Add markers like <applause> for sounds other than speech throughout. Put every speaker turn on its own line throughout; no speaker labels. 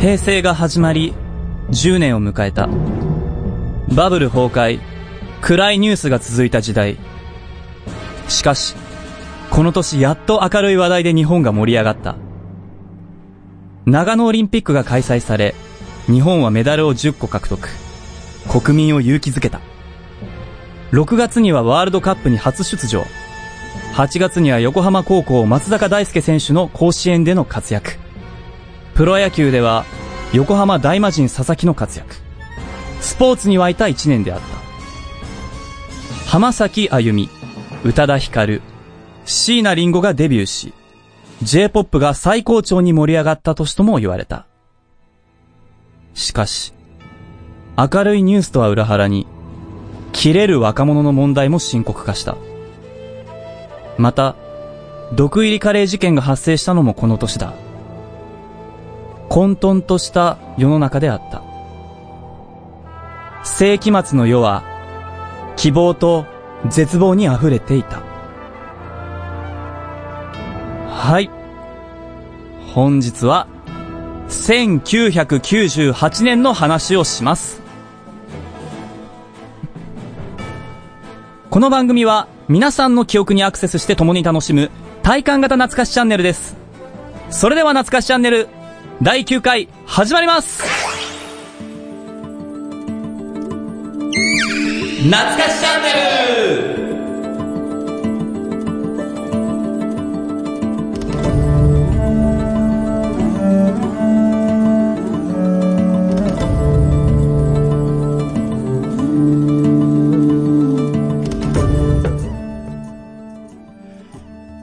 平成が始まり、10年を迎えた。バブル崩壊、暗いニュースが続いた時代。しかし、この年やっと明るい話題で日本が盛り上がった。長野オリンピックが開催され、日本はメダルを10個獲得。国民を勇気づけた。6月にはワールドカップに初出場。8月には横浜高校松坂大輔選手の甲子園での活躍。プロ野球では横浜大魔神佐々木の活躍。スポーツに沸いた一年であった。浜崎あゆみ、宇多田ヒカル、椎名林檎がデビューし、J-POP が最高潮に盛り上がった年とも言われた。しかし、明るいニュースとは裏腹に、切れる若者の問題も深刻化した。また、毒入りカレー事件が発生したのもこの年だ。混沌とした世の中であった。世紀末の世は、希望と絶望に溢れていた。はい。本日は、1998年の話をします。この番組は、皆さんの記憶にアクセスして共に楽しむ、体感型懐かしチャンネルです。それでは懐かしチャンネル、第9回、始まります懐かしチャンネル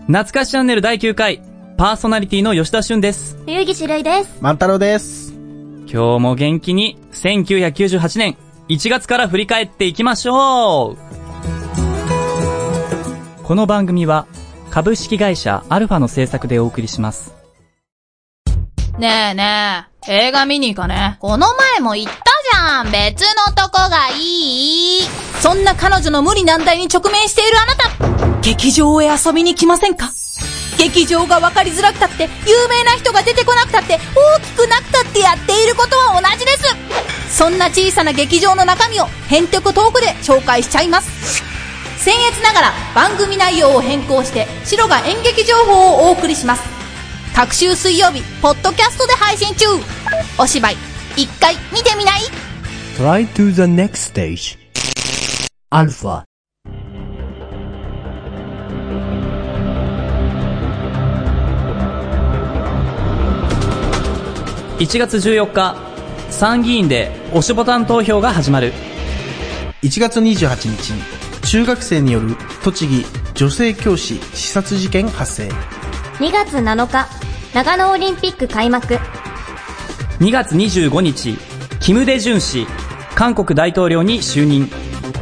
懐かしチャンネル第9回、パーソナリティの吉田俊です。
冬岸るいです。
万太郎です。
今日も元気に、1998年、1月から振り返っていきましょうこの番組は、株式会社アルファの制作でお送りします。
ねえねえ、映画見に行かね。
この前も言ったじゃん別のとこがいい
そんな彼女の無理難題に直面しているあなた劇場へ遊びに来ませんか劇場が分かりづらくたって、有名な人が出てこなくたって、大きくなくたってやっていることは同じですそんな小さな劇場の中身を、変曲トークで紹介しちゃいます僭越ながら番組内容を変更して、白が演劇情報をお送りします。各週水曜日、ポッドキャストで配信中お芝居、一回見てみない
Try to the next stage. アルファ。
1月14日、参議院で押しボタン投票が始まる。
1月28日に、中学生による栃木女性教師刺殺事件発生。
!2 月7日、長野オリンピック開幕。
2月25日、キム・デジュン氏、韓国大統領に就任。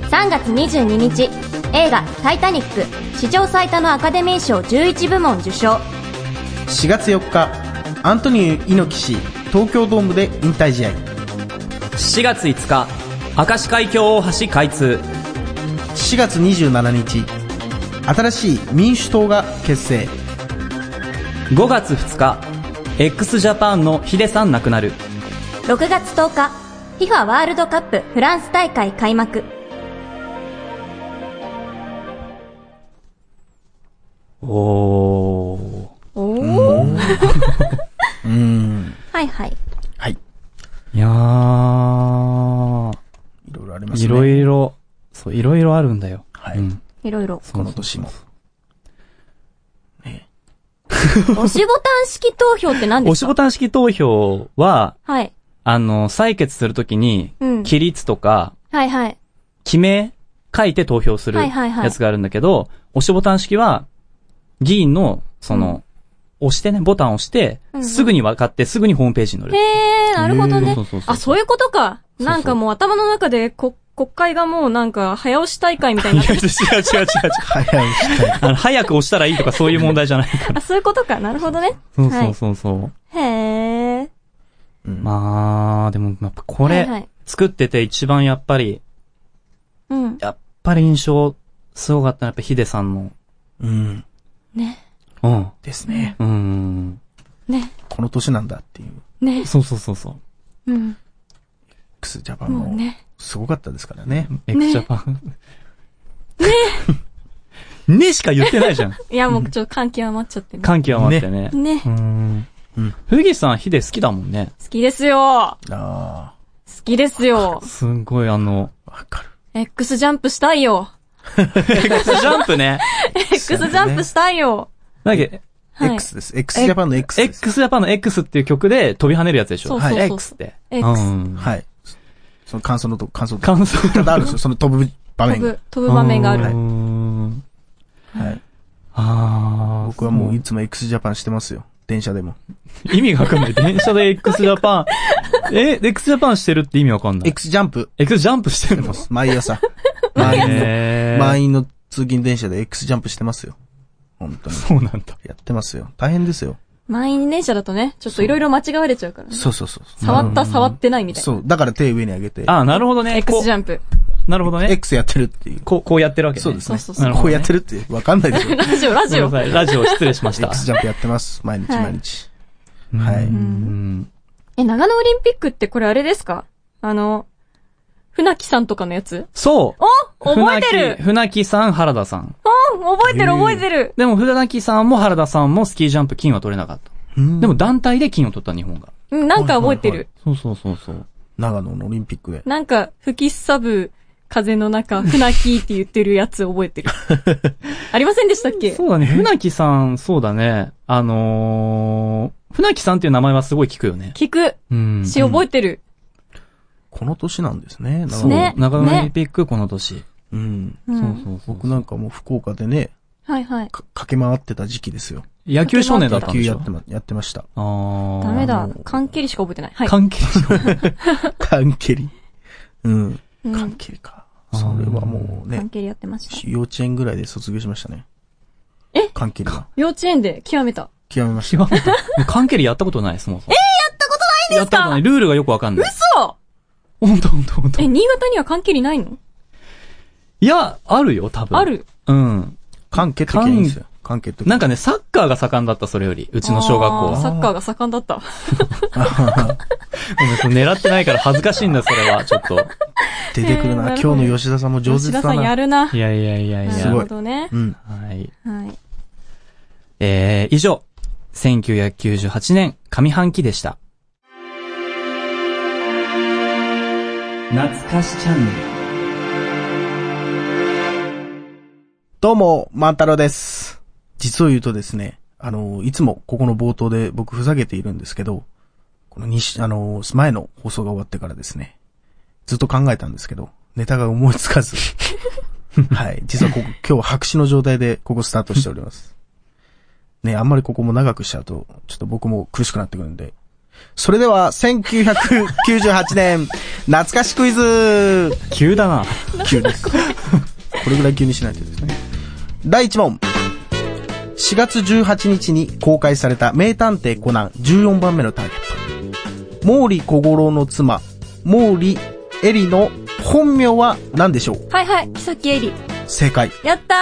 3月22日、映画タイタニック、史上最多のアカデミー賞11部門受賞。
4月4日、アントニオ猪木氏、東京ドームで引退試合。
4月5日、明石海峡大橋開通。
4月27日、新しい民主党が結成。
5月2日、x ジャパンのヒデさん亡くなる。
6月10日、FIFA ワールドカップフランス大会開幕。
おー。
おー。はいはい。
はい。
いやー、
いろいろありますね。
いろいろ、そう、いろいろあるんだよ。
はい
うん、
いろいろ。
この年も。
押しボタン式投票って何で
押
す
し
か
ボタン式投票は、
はい。
あの、採決するときに、
うん
規律とか、
はいはい。
決め、書いて投票する
はいはいはい
やつがあるんだけど、押しボタン式は、議員の、その、押してね、ボタンを押して、
うんうん
すぐに分かって、すぐにホームページに載る。
へえ、なるほどね
そうそうそう。そう
あ、そういうことか。なんかもう頭の中で、こ、国会がもうなんか、早押し大会みたいになっ
いや
て
違う違う違う違う。
早いしたい。
あの、早く押したらいいとかそういう問題じゃないか
<laughs>
ら。
あ、そういうことか。なるほどね。
<laughs> そうそうそうそう。
へえ。
まあ、でも、やっぱこ
はいは
れ
い、
作ってて一番やっぱり、
うん。
やっぱり印象、すごかったのはやっぱヒデさんの。
うん。
ね。
うん。
ですね。
うん。
ね。
この年なんだっていう。
ね。
そうそうそうそう。
うん。
X ジャパン
もう
も、
ね。
すごかったですからね。
X ジャパン。ねねしか言ってないじゃん。
いや、もうちょっと感極まっちゃってね。
歓喜は待ってね。
ね。
う
好
ーん。ふぎさん、ヒデ好きだもんね。
きですよ。
あ
好きですよ。
すんごいあの、
あ、わかる。
X ジャンプしたいよ。
X ジャンプね。
X ジャンプしたいよ。
なんだっけ、
はい。
X です。X ジャパンの X です。
X ジャパンの X っていう曲で飛び跳ねるやつでしょ
そうそうそう
はい X って。
X
うん。
はい。その感想のと、感想と。
感想
ただあるんですよ、その飛ぶ場
飛
面が。
ぶ、飛ぶ場面があ
うー
る。
ん
はい。
あー
僕はもういつも x ジャパンしてますよ。電車でも。
意味がわかんない。電車で X ジャパン。え、X ジャパンしてるって意味わかんない。
X ジャンプ
X ジャンプしてる
して
の
ます。毎
<laughs>
朝。満員の、
へー
満員の通勤電車で X ジャンプしてますよ。本当に。
そうなんだ。
やってますよ。大変ですよ。
満員電車だとね、ちょっといろいろ間違われちゃうからね。
そうそうそう。
触った、触ってないみたいな。
そう。だから手上に上げて、
あー、なるほどね。こ
X
う
ジャンプ。
なるほどね。
X やってるっていう。
こう、こうやってるわけね。
そうです
そう
ね。
そうそう
なるほど
こう
ね
やってるってわかんないで
<laughs>
しょ。
ラジオ、ラ
ごめ
ジ
ん
オ
な。さい。ラジオ失礼しま <laughs> した。
X ジャンプやってます。毎日毎日。
は。
はいい
うん。
え、長野オリンピックってこれあれですかあの、船木さんとかのやつ
そう
お覚えて
船木
る
船木さん、原田さん。
うん覚えてる覚えてる
でも、船木さんも原田さんもスキージャンプ金は取れなかった。で
で
も、、団体で金を取った日本が。
うん、なんか覚えて
はいはい
る。
そうそうそうそう。
長野のオリンピックで。
なんか、吹きすさぶ風の中、船木って言ってるやつ覚えて
<laughs>
る。ありませんでしたっけ
そうだね。船木さん、そうだね。あのー、船木さんっていう名前はすごい聞くよね。
聞く
うん。
し、覚えてる。
この年なんですね、長
そう。
野。
ね
長野オリンピック、この年。
うん。
う。
そうんそうそう。
僕なんかもう福岡でね、
はいはい。
か駆け回ってた時期ですよ。
野球少年だっ
野
たん
球
でし
や
ょ
ってま、やってました。 <laughs>
あー。
ダメだ
もう。
関係りしか覚えてない。はい。
関係者。
関係り。うん。
うん
関係か。それはもうね
関、係りやってました。
幼稚園ぐらいで卒業しましたね。
え
関係りは。
幼稚園で極めた。
極めました。
極めた。関係りやったことない、そもそも。えやったことないんですかやったことない。ルールがよくわかんない。
そう
ほんとほんとほんと
え、。新潟には関係りないの
いや、あるよ、多分。
あ。る
うん。
関係って言うんですよ。関係って。
なんかね、サッカーが盛んだった、それより。うちの小学校
あー
は。
サッカーが盛んだった。
ごめん、それ狙ってないから恥ずかしいんだ、それは、ちょっと。
<laughs> 出てくるな。
えー
今日の吉田さんも上手
吉田 <laughs>
だ
さんや
な。
るな。
<laughs> いやいやいやい
な
や。
す
る
ごい
ほどね。
うん。
はい。
はい。
えー、以上。1998年上半期でした。懐かしチャンネル。
どうも、万太郎です。実を言うとですね、あの、いつもここの冒頭で僕ふざけているんですけど、この西、あの、前の放送が終わってからですね、ずっと考えたんですけど、ネタが思いつかず。はい。実はここ、今日は白紙の状態でここスタートしております。ね、あんまりここも長くしちゃうと、ちょっと僕も苦しくなってくるんで。それでは、1998年、懐かしクイズ
急だ <laughs> な。
<laughs> 急です。これぐらい急にしないとですね。第1問。4月18日に公開された名探偵コナン14番目のターゲット。毛利小五郎の妻、毛利エリの本名は何でしょう
はいはい。木崎エリ。
正解。
やったー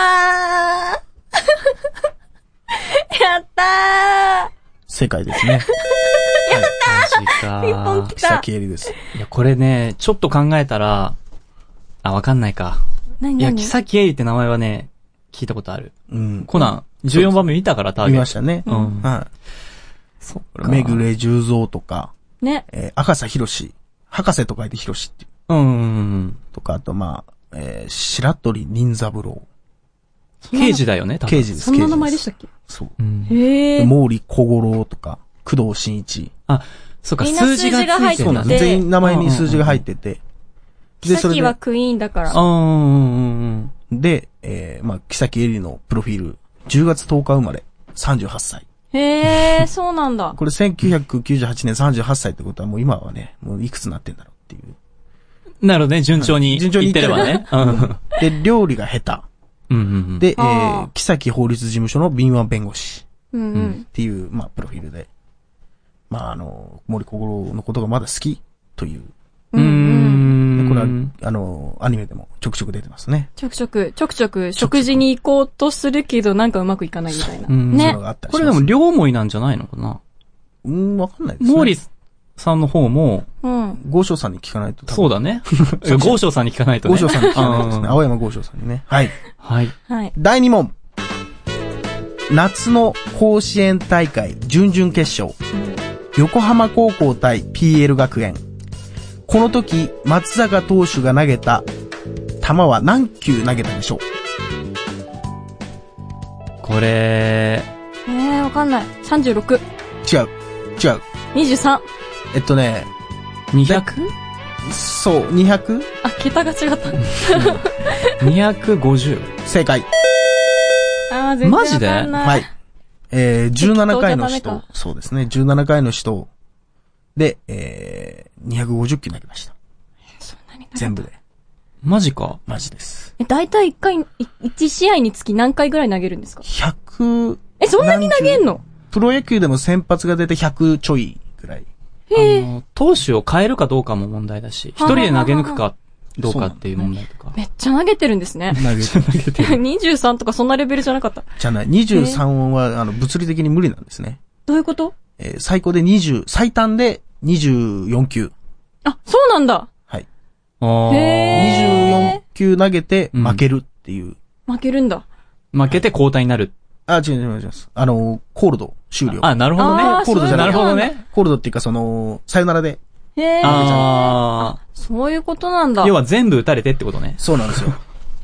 <laughs> やった
正解ですね。
マジか。
ーポン来
木
た
崎エリです。
いや、これね、ちょっと考えたら、あ、わかんないか。
何
いや、
何
木崎エイって名前はね、聞いたことある。
<laughs> うん。
コナン、14番目見たから、ターゲット。
見ましたね。
うん。
はい。
そっ
めぐれ十三とか、
ね。
えー赤さひろし、博士と書いてひろしっていう
うんうんうん。
とか、あとまあ、えー白鳥任三郎。
刑事だよね、多分。
刑事です、
そんな名前
刑
で
事
したっけ
すそう。
うん。
へえ。
毛利小五郎とか、工藤新一。
あ、そっか、
みんな
数字がつ
数
いて
字が入って
る
るん
んだ
だ
ね。
ねで
全員名前に数字が入ってて。
木
で、それ
崎は
で、
クイーンだから。
あーうんうんうん。
で、えー、まあ、木崎エリのプロフィール、10月10日生まれ、38歳。
へえ、そうなんだ。
これ1998年38歳ってことはもう今はね、もういくつになってんだろうっていう。
なるほどね、順調に。
順調に
いってればね。うん。うん
で、料理が下
うんうん。
手。で、え
あ
ー、木崎法律事務所の敏腕弁護士
うんうん。
っていう、まあ、プロフィールで。まあ、あの、森小五郎のことがまだ好きという。
うーん。
これは、あの、アニメでもちょくちょく出てますね。
ちょくちょく、ちょくちょく食事に行こうとするけど、なんかうまくいかないみたいな。
うん
そういう
ね
の。があったりし
こ
ます
れでも、両思いなんじゃないのかな
うん、わかんないですね。
モーリスさんの方も、
うん。
豪商さんに聞かないと。
そう
だ。
だ
<laughs>
ね。豪商さんに聞かないとね。
豪商さんに聞かないとですね。
うん
青山豪商さんにね。はい。
はい。
はい。
第2問。夏の甲子園大会準々決勝。横浜高校対 PL 学園。この時、松坂投手が投げた球は何球投げたでしょう
これ、
えー、わかんない。36。
違う。違う。
23。
えっとね、
200?
そう、200?
あ、桁が違った。
250?
正解。
あー、全然わかんない。。
はいい。えー、17回の
適当じゃダメか。
人そうですね。17回の人。で、えー、250球投げました。全部で。
マジか。
マジです。
え、だいたい1回、い一試合につき何回ぐらい投げるんですか
100、
え、そんなに投げんの
プロ野球でも先発が出て100ちょいぐらい。
へ
あ
え。
の投手を変えるかどうかも問題だし、一
はは
人
は
で投げ抜くかどうかっていう問題とか。
めっちゃ投げてるんですね。
投げてる。
<laughs> 23とかそんなレベルじゃなかった。
じゃない。23音は、あの、物理的に無理なんですね。
どういうこと
えー最高で20、最短で24球。
あ、そうなんだ
はい。
あー
へ
24球投げて
うん
負けるっていう。
負けるんだ。
負けて交代になる。
あ、違う違う違う。あの、コールド終了。
あ、なるほどね。
あー
コールドじゃない
なるほどね。
コールドっていうか、その、さよならで。
へえ。
あ
そういうことなんだ。
あ。
へ
要は全部打たれてってことね。
そうなん
<laughs>
ですよ。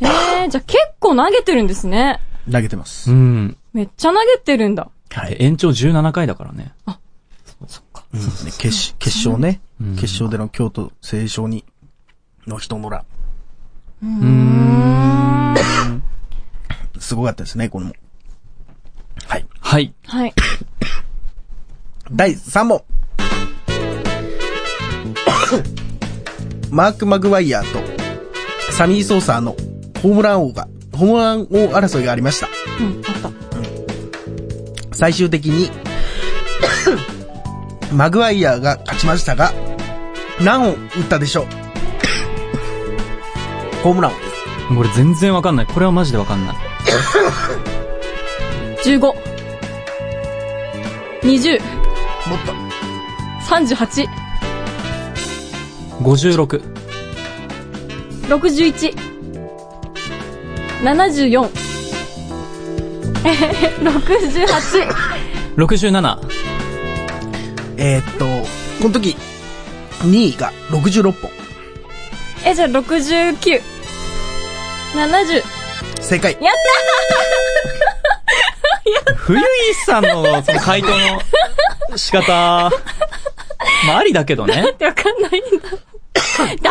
え、じゃあ結構投げてるんですね。
投げてま
う
す。
ん。
めっちゃ投げてるんだ。
はい。延長17回だからね。
うんね決し決勝ね
うん。
決勝での京都聖書に、の人のら。
うーん。
すごかったですね、これも。はい。
はい。
はい。
第3問。マーク・マグワイヤーとサミー・ソーサーのホームラン王が、ホームラン王争いがありました。
うん、あった。
最終的に、 <coughs> マグワイヤーが勝ちましたが、何を打ったでしょう <coughs> ホームラン王です。
これ全然わかんない。これはマジでわかんない。
15。20。
もっと。
38。
56。
61。74。えへへ、68。
67。
えーっと、この時、2位が66本。
え、じゃあ69。70。
正解。
やった
冬井さんの、その回答の仕
<laughs>
方、まあありだけどね。
ーってわかんないんだ。だって、なんで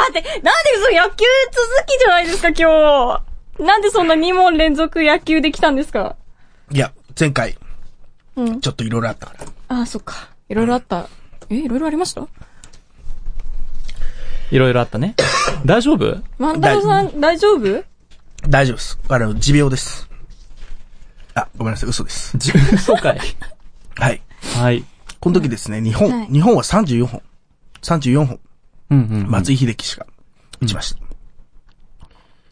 その野球続きじゃないですか、今日。なんでそんな2問連続野球できたんですか
いや、前回、
うん。
ちょっといろいろあったから。
ああ、そっか。いろいろあった。え、いろいろありました
いろいろあったね。大丈夫
万太郎さん、大丈夫
大丈夫です。あの、持病です。あ、ごめんなさい、嘘です。
じゅ嘘かい。
はい。
はい。
この時ですね、日本、
はい
日本は34本。34本、
うんうん。
松井秀喜氏が打ちました。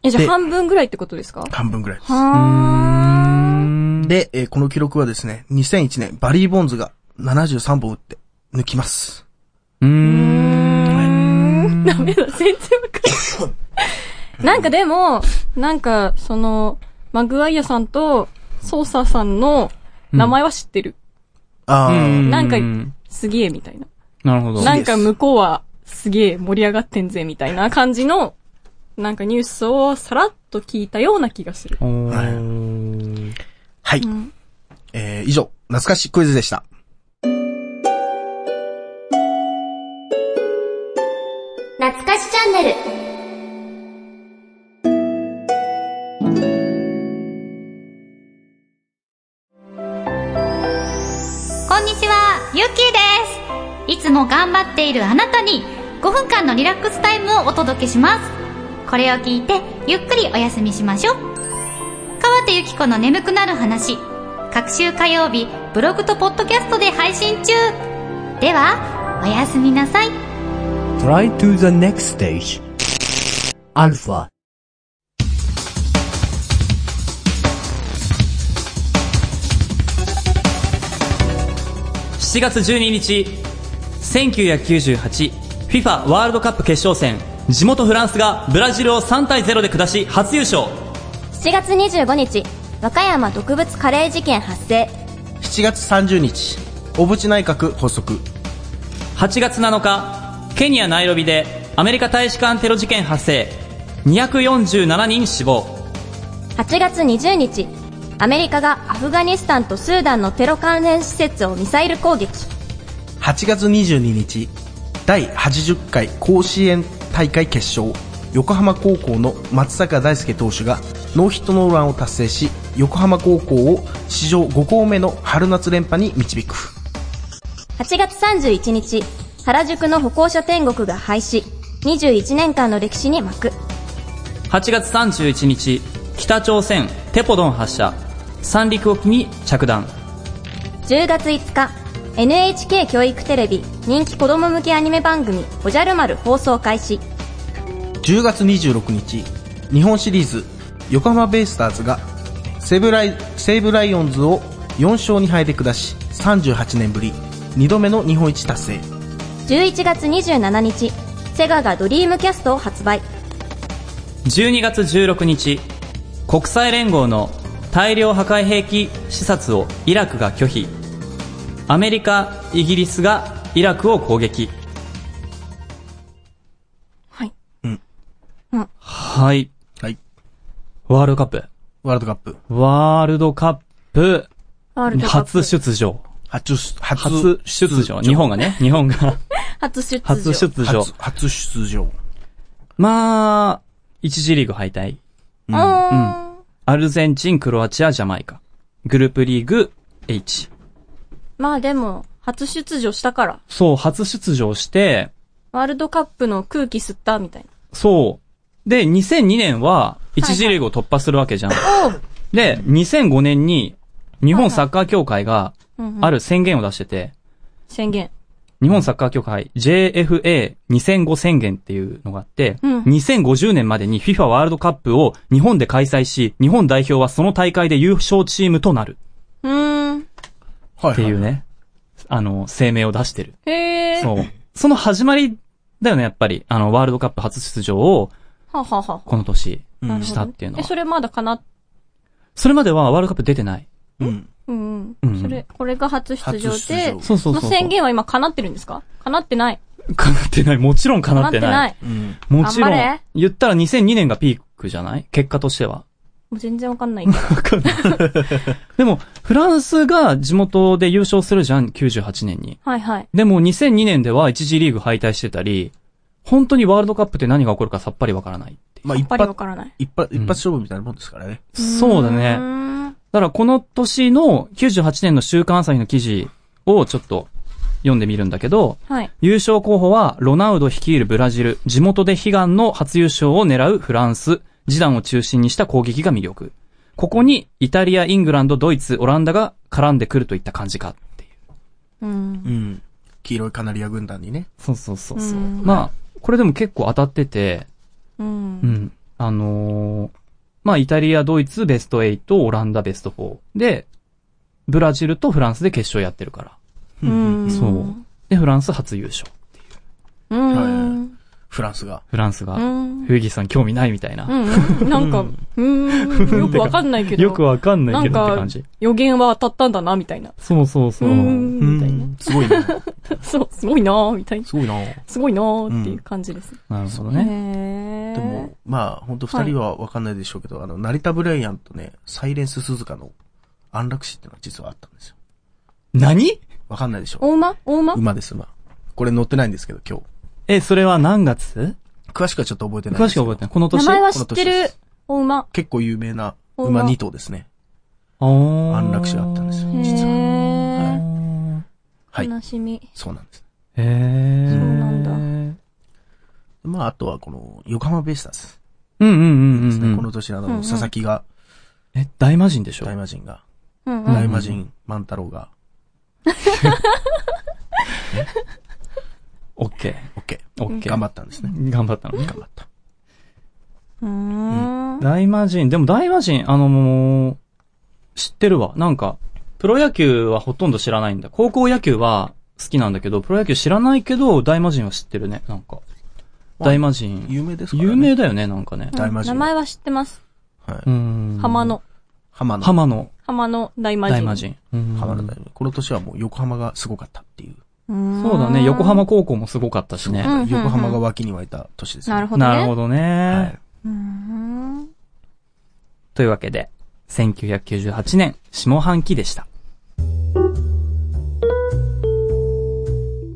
え、じゃあ
で
半分ぐらいってことですか
半分ぐらいです。
は
で、えーこの記録はですね、2001年、バリー・ボンズが73本打って抜きます。
うーん。
ー。ダメだ、全然わかんない。なんかでも、なんか、その、マグワイアさんと、ソーサーさんの名前は知ってる。
あー、
なんか
う
すげえみたいな。
なるほど。
なんか向こうは、すげえ盛り上がってんぜみたいな感じの、なんかニュースをさらっと聞いたような気がする。
お
はい
ー
はい。
ん
えー以上、懐かしいクイズでした。
懐かしチャンネル
こんにちは、ゆっきーです。いつも頑張っているあなたに5分間のリラックスタイムをお届けします。これを聞いてゆっくりお休みしましょう。川手ゆき子の眠くなる話、各週火曜日ブログとポッドキャストで配信中。では、おやすみなさい。
Try to the next stage. Alpha.
7月12日、 1998FIFA ワールドカップ決勝戦地元フランスがブラジルを3対0で下し初優勝
7月25日和歌山毒物カレー事件発生
7月30日、小渕内閣発足。
8月7日ケニアナイロビでアメリカ大使館テロ事件発生247人死亡
8月20日アメリカがアフガニスタンとスーダンのテロ関連施設をミサイル攻撃
8月22日、第80回甲子園大会決勝、横浜高校の松坂大輔投手がノーヒットノーランを達成し、横浜高校を史上5校目の春夏連覇に導く。
8月31日原宿の歩行者天国が廃止21年間の歴史に幕
8月31日北朝鮮テポドン発射三陸沖に着弾
10月5日 NHK 教育テレビ人気子供向けアニメ番組「おじゃる丸」放送開始
10月26日、日本シリーズ、横浜ベイスターズが西武ライ、西武ライオンズを4勝2敗で下し、38年ぶり、2度目の日本一達成。
11月27日セガがドリームキャストを発売
12月16日国際連合の大量破壊兵器視察をイラクが拒否アメリカイギリスがイラクを攻撃
はい。
はい
はい。
ワールドカップ
ワールドカップ、
ワールドカップ
ワールドカップ
初出場
初出、
初出場日本が
<laughs>
ね日本が
初出場。
初出場
初初出場。
まあ一次リーグ敗退
あ
アルゼンチンクロアチアジャマイカグループリーグ
ー
H
まあでも、初出場したから。
そう初出場して
ワールドカップの空気吸ったみたいな。
そう。で、2002年は、一次リーグを突破するわけじゃん。で、2005年に、日本サッカー協会が
うんう、ん
ある宣言を出してて、
宣言。
日本サッカー協会 JFA2005 宣言っていうのがあって、
うん
2050年までに FIFA ワールドカップを日本で開催し、日本代表はその大会で優勝チームとなる
うーん。
はい、
っていう。ね、あの、声明を出してる。
へえ。
そう。その始まりだよね、やっぱり。あの、ワールドカップ初出場を、
ははは
この年、
は。
したっていうの
え、
は。
それまだかな
それまではワールドカップ出てない。
うん。
うん
う
うんん。それ、これが初出場
初出
で
場、
そうそ
そう
そ
の
うそう。
宣言は今叶ってるんですか叶ってない。
かなってない。もちろんかな
叶
っ
ってて
な。
ないい。
うん。
もちろ
頑張
ん
れ。
言ったら2002年がピークじゃない結果としては。
もう全然わかんないけど。
でも、フランスが地元で優勝するじゃん、98年に。
はいはい。
でも2002年では一次リーグ敗退してたり、本当にワールドカップって何が起こるかさっぱりわからないっていう
まあ、
や
一
っぱりわ
発、
からない。
一発、一発勝負みたいなもんですからね。
そうだ
う
ね。
ーん
だからこの年の98年の週刊朝日の記事をちょっと読んでみるんだけど、
はい。
優勝候補はロナウド率いるブラジル、地元で悲願の初優勝を狙うフランス、ジダンを中心にした攻撃が魅力。ここにイタリア、イングランド、ドイツ、オランダが絡んでくるといった感じかってい
う
う。
ん。
うん。黄色いカナリア軍団にね。
そうそうそう
そう
まあ、これでも結構当たってて、
うん
う。ん。あのーまあイタリア、ドイツ、ベスト8、オランダ、ベスト4。で、ブラジルとフランスで決勝やってるから。
うん。
そう。で、フランス初優勝。
う
はい
ん。
フランスが。
フランス
う
が、
ん。
冬木さん興味ないみたいな。
うん。なんか、うーん。よくわかんないけど。
<laughs> よくわかんないけどって
な
感
んか
じ。、
予言は当たったんだな、みたいな。
そうそうそう。
ーんみたいな。
すごいな。
そう、すごいなーみたいな。
すごいな。
すごいなーっていう感じです。
なるほど
へ
ね。
ー
でも、まあ、ほんと二人はわかんないでしょうけど、あの、成田ブレイアンとね、サイレンス鈴鹿の安楽死っていうのは実はあったんですよ。
何
わかんないでしょ
お馬お馬
う。馬です、馬。これ乗ってないんですけど、今日。
え、それは何月
詳しくはちょっと覚えてないん
詳
で
し
す
く
け
覚
ど。
えてない。この
名
年
前は
こ
知
の
って
年で
る
す
お馬。
結構有名な
お
馬
馬
2頭ですね。安
安
楽死があったんですよ
へ
実
ー。
は。
はい。
悲しみ。
そうなんです。
へえ。
そうなんだ
うん
まあ、あとはこの、横浜ベイスターズ
うんうん
です
う
ね。
ん
こ
う
の
ん。
年あ
うんう
の、
ん
佐々木が、
え、大魔神でしょ
大魔神が、
うんうん。
大魔神万太郎が、
オッケ
オッケ
ー。オッ
ー。
ケー。
頑張ったんですね。
頑張ったのね。
頑張った。
うーん。
大魔神、でも大魔神、あのもう、知ってるわ。なんか、プロ野球はほとんど知らないんだ。高校野球は、好きなんだけど、プロ野球知らないけど、大魔神は知ってるね、なんか。
まあ
大魔神。
有名ですか
有名だよね、なんかね。
大魔
名
神。
前は知ってます。
は
う
い。
ん。
浜。の、
浜の。
浜の
浜の大魔神。
大魔神。うん
浜の大学。この年はもう横浜がすごかったっていう。
そうだね、横浜高校もすごかったしね。
んうんうん
横浜が湧きに湧いた年ですね。
なるほどね。
なるほどね。
はい。
というわけで、1998年下半期でした。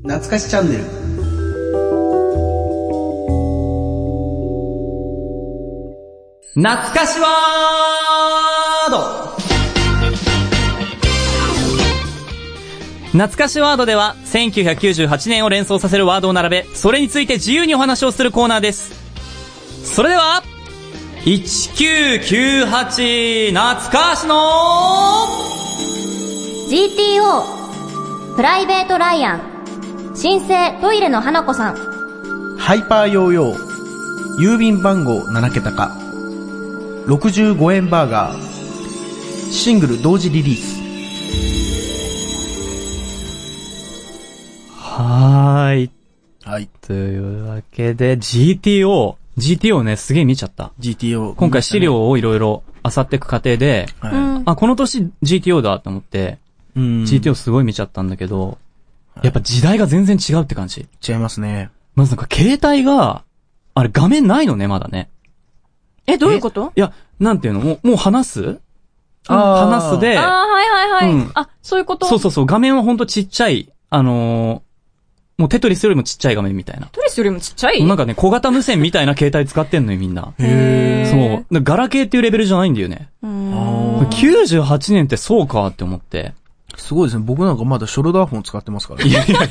懐かしチャンネル。
懐かしワード懐かしワードでは、1998年を連想させるワードを並べ、それについて自由にお話をするコーナーです。それでは、1998懐かしの
GTO プライベートライアン新生トイレの花子さん
ハイパーヨーヨー。郵便番号7桁か。65円バーガー。シングル同時リリース。
はーい。
はい。
というわけで、GTO。GTO ね、すげえ見ちゃった。
GTO。
今回資。料をいろいろ漁っていく過程で、
は
あ、この年 GTO だと思って、
い。うん。
GTO すごい見ちゃったんだけど、やっぱ時代が全然違うって感じ。
違いますね。
まずなんか携帯が、あれ画面ないのね、まだね。
え、どういうこと
いや、なんていうのもう、もう話す
あー
話すで
あ、あ、はいはいは
う
い
ん。
あ、そういうこと
そうそうそう、画面はほんとちっちゃい、あのーもうテトリスよりもちっちゃい画面みたいな。
トリスよりもちっちゃい
なんかね、小型無線みたいな携帯使ってんのよ、みんな。
へー
そう。だからガラケーっていうレベルじゃないんだよね。98年ってそうかって思って。
すごいですね。僕なんかまだショルダーフォン使ってますから、
いやいやいや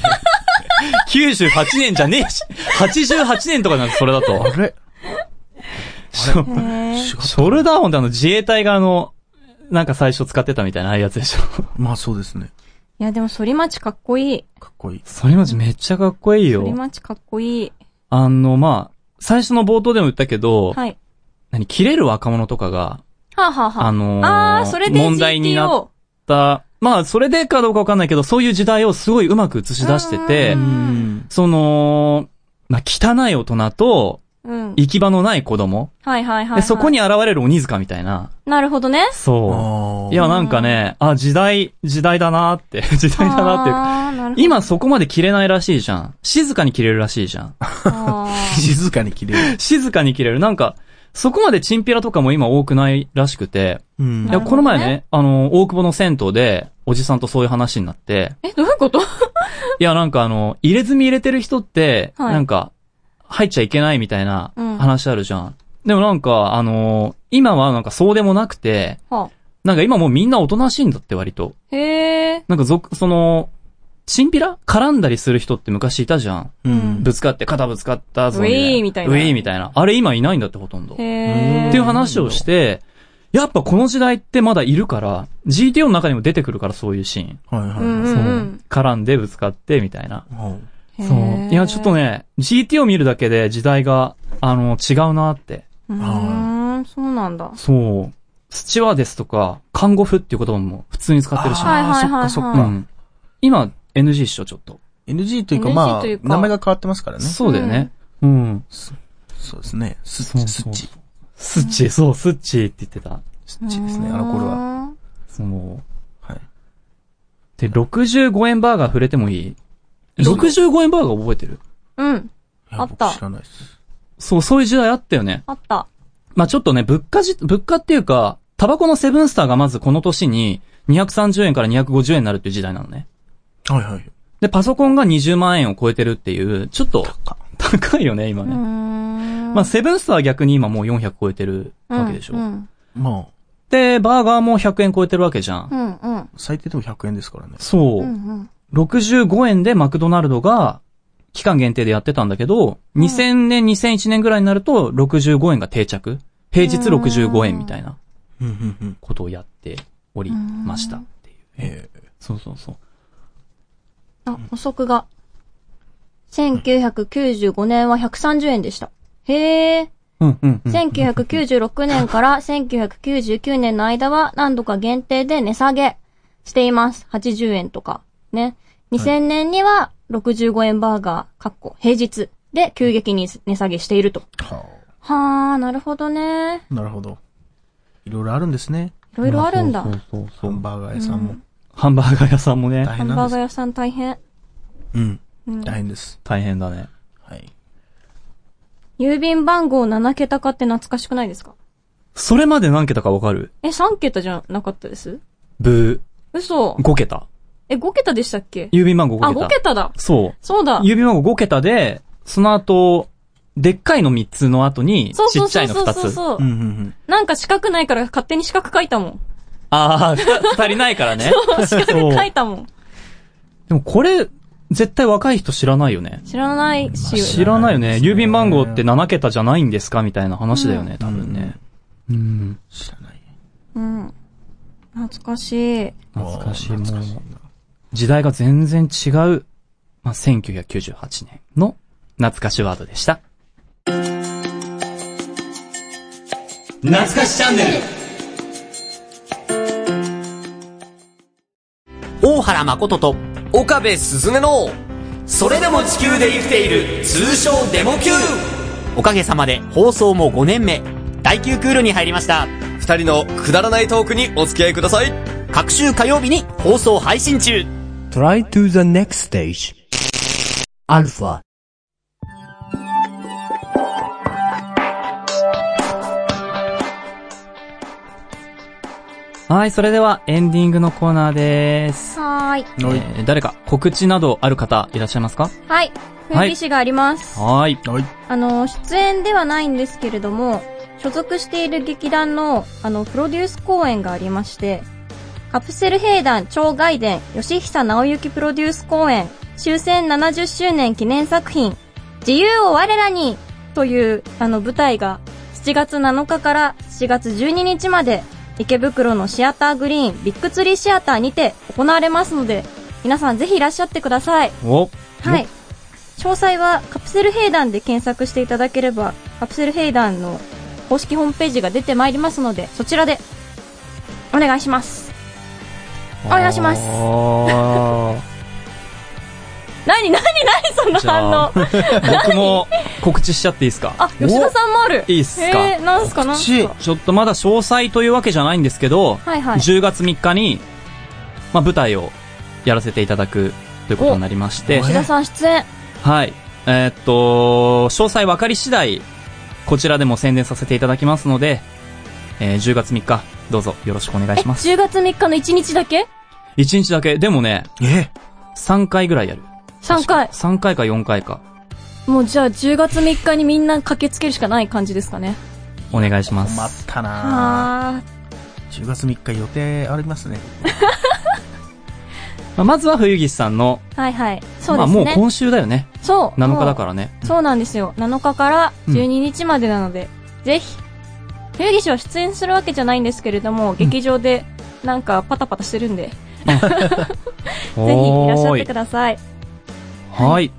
98年じゃねえし、88年とかなんてそれだと
あ。れ
そう
違う
ショルダーホンってあの自衛隊があの、なんか最初使ってたみたいなああいうやつでしょ。
まあそうですね。
いや、でも、反町かっこいい。
かっこいい。
それマジめっちゃかっこいい
反
よ。
町かっこいい。
あの、まあ、最初の冒頭でも言ったけど、
はい。
何、切れる若者とかが、
はあ、はあはあ、
あのー
あー、それで GTO。
問題になっだ、まあ、それでかどうかわかんないけど、そういう時代をすごいうまく映し出してて、
うん。
その、まあ、汚い大人と、
うん。
行き場のない子供、
はいはいはい、は
で
い。
そこに現れる鬼塚みたいな。
なるほどね。
そ
あ
う。
あ。
いや、なんかね、あ、時代、時代だなーって、 <laughs> 時代だなーっていう
あ
か。
ーなるほど。
今そこまで切れないらしいじゃん。静かに切れるらしいじゃん。
あ
静かに切れる。
静かに切れる。なんか、そこまでチンピラとかも今多くないらしくて。
うん
い
な
や、
る
こ
ほ
の
どね
前ね、あの、大久保の銭湯で、おじさんとそういう話になって、
<laughs> ーえ、どういうこと
いや、なんかあの、入れ墨入れてる人って、
はい
なんか、入っちゃいけないみたいな
うん
話あるじゃん。でもなんか、あの、今はなんかそうでもなくて、
はあ、
なんか今もうみんなおとなしいんだって割と。
へえ。
なんかぞ、その、チンピラ絡んだりする人って昔いたじゃん。
うん。
ぶつかって、肩ぶつかったぞ。
ウィーみたいな
ウィーみたいな。あれ今いないんだってほとんど。っ
へ
て
え。
いう話をして、やっぱこの時代ってまだいるから、GTO の中にも出てくるからそういうシーン。
はいは
う
い
ん
は
う
そ
んうん
う。絡んでぶつかってみたいな。
い。
へー
そう。いや、ちょっとね、GTO 見るだけで時代が、あの、違うなって。
うーん、そうなんだ。
そう。スチュワーデスとか、看護婦っていう言葉も普通に使ってるし。
はいはいはいはい
あーそっかそっ
う
か。
ん。今、NG っしょ、ちょっと。
NG というか、
NG
まあ、
というか
名前が変わってますからね。
そうだよね。うん。
そうですね。スッ
そう
チ、ス
そ
ッ
う
チ。
スッチ、そう、スッチって言ってた。
スッチですね、あの頃は。
は。
そう。
はい。
で、65円バーガー触れてもいい ?65 円バーガー覚えてる
うん。
いや
あった
僕知らないです。
そう、そういう時代あったよね。
あった。
まあちょっとね、物価じ、物価っていうか、タバコのセブンスターがまずこの年に230円から250円になるっていう時代なのね。
はいはい。
で、パソコンが20万円を超えてるっていう、ちょっと高いよね、今
うー
ね。
ん。
まあセブンスターは逆に今もう400超えてるわけでしょ。
うん
まあ、
で、バーガーも100円超えてるわけじゃん。
うんうん。
最低でも100円ですからね。
そう、
うん
65円でマクドナルドが期間限定でやってたんだけど、2000年、2001年ぐらいになると65円が定着。平日65円みたいな
うんうんうん。
ことをやっておりましたっていう。
ええ。
そうそうそう。
あ、補足が。1995年は130円でした。へえ。
うんうんうん。
1996年から1999年の間は何度か限定で値下げしています。80円とか。ね。 2000年には65円バーガー、かっこ平日で急激に値下げしていると。
は
はあ、なるほどね。
あ、なるほど。いろいろあるんですね。
いろいろあるんだ。
そうそうそ
ハ
う
ンバーガー屋さんも。
ハンバーガー屋さんもね、
大
ハン
変
バ
なん
ーガー
です。
屋さん大変。
うん。
うん
大変です。
大変だね。
はい。
郵便番号7桁化って懐かしくないですか
それまで何桁かわかる
え、3桁じゃなかったです
ブ
嘘
ー。。5桁。
え、5桁でしたっけ
郵便番号5
あ、
桁。
5桁だ。
そう。
そうだ。
郵便番号5桁で、その後、でっかいの3つの後に、
そう
ち
そ
っ
う
ちゃ
そう
いの
そう
2
そう
つ。
そう
うんうんうん。
なんか四角ないから勝手に四角書いた
<laughs>
もん。
ああ、 <laughs> 足りないからね。
四角書いたもん。
でもこれ、絶対若い人知らないよね。
知らないし。
知らないよね。
知らないですね
郵便番号って7桁じゃないんですかみたいな話だよね、多分ね。うん。
知らない。
うん。懐かしい。
懐かしい。
あー
も、
懐かしいう
時代が全然違う、まあ、1998年の懐かしワードでした。懐かしチャンネル
大原誠と岡部すずめのそれでも地球で生きている通称デモ級おかげさまで放送も5年目第9クールに入りました
二人のくだらないトークにお付き合いください
各週火曜日に放送配信中
Try to the next stage. Alpha.
はい、それではエンディングのコーナーです。
はーい。
えー誰か告知などある方いらっしゃいますか
はい。
は
雰
い
囲気誌があります。
はーい。
はい。
あの、出演ではないんですけれども、所属している劇団の、あの、プロデュース公演がありまして、カプセル兵団超外伝吉久直之プロデュース公演終戦70周年記念作品自由を我らにというあの舞台が7月7日から7月12日まで池袋のシアターグリーンビッグツリーシアターにて行われますので皆さんぜひいらっしゃってください。
お、
はい。詳細はカプセル兵団で検索していただければ、カプセル兵団の公式ホームページが出てまいりますので、そちらで、お願いします。お願いします
あ <laughs> ー
なになになにそ
じ
の
ゃ
反
あ
応。、 <laughs>
僕も告知しちゃっていいですか
あ、吉田さんもある。
いいっすか
えー、なんすかなんすか。
ちょっとまだ詳細というわけじゃないんですけど、
はいはい。
10月3日に、まあ、舞台をやらせていただくということになりまして、
吉田さん出演。
はい。えーっと、詳細分かり次第、こちらでも宣伝させていただきますので、えー10月3日、どうぞよろしくお願いします。
10月3日の1日だけ
1日だけ、でもね、
え
3回ぐらいやる。
?3 回。
3回か4回か、
もうじゃあ10月3日にみんな駆けつけるしかない感じですかね。
お願いしま
困っ
す。
たなぁ
は
10月3日予定ありますね。
まあ、まずは冬岸さんの、
ー。はいはい。そう
まあ、
です
もう
ね。
今週だよね。
そう。
7日だからね。
そうなんですよ。7日から12日までなので、ぜひ、冬岸は出演するわけじゃないんですけれども、劇場でなんかパタパタしてるんで、ぜひいらっしゃってください。
はい。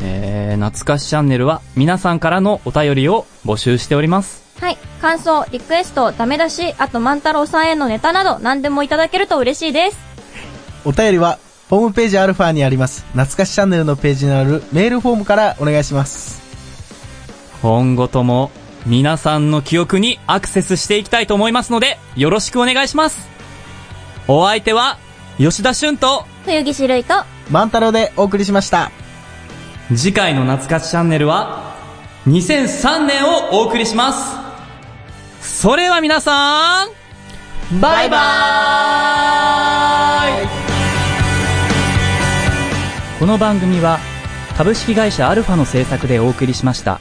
えー、懐かしチャンネルは皆さんからのお便りを募集しております。
はい。感想、リクエスト、ダメ出し、あと万太郎さんへのネタなど何でもいただけると嬉しいです。
お便りは、ホームページアルファにあります、懐かしチャンネルのページにあるメールフォームからお願いします。
今後とも皆さんの記憶にアクセスしていきたいと思いますので、よろしくお願いします。お相手は、吉田俊と、
冬岸るいと、
万太郎でお送りしました。
次回の懐かしチャンネルは、2003年をお送りします。それでは皆さん、バイバーイこの番組は、株式会社アルファの制作でお送りしました。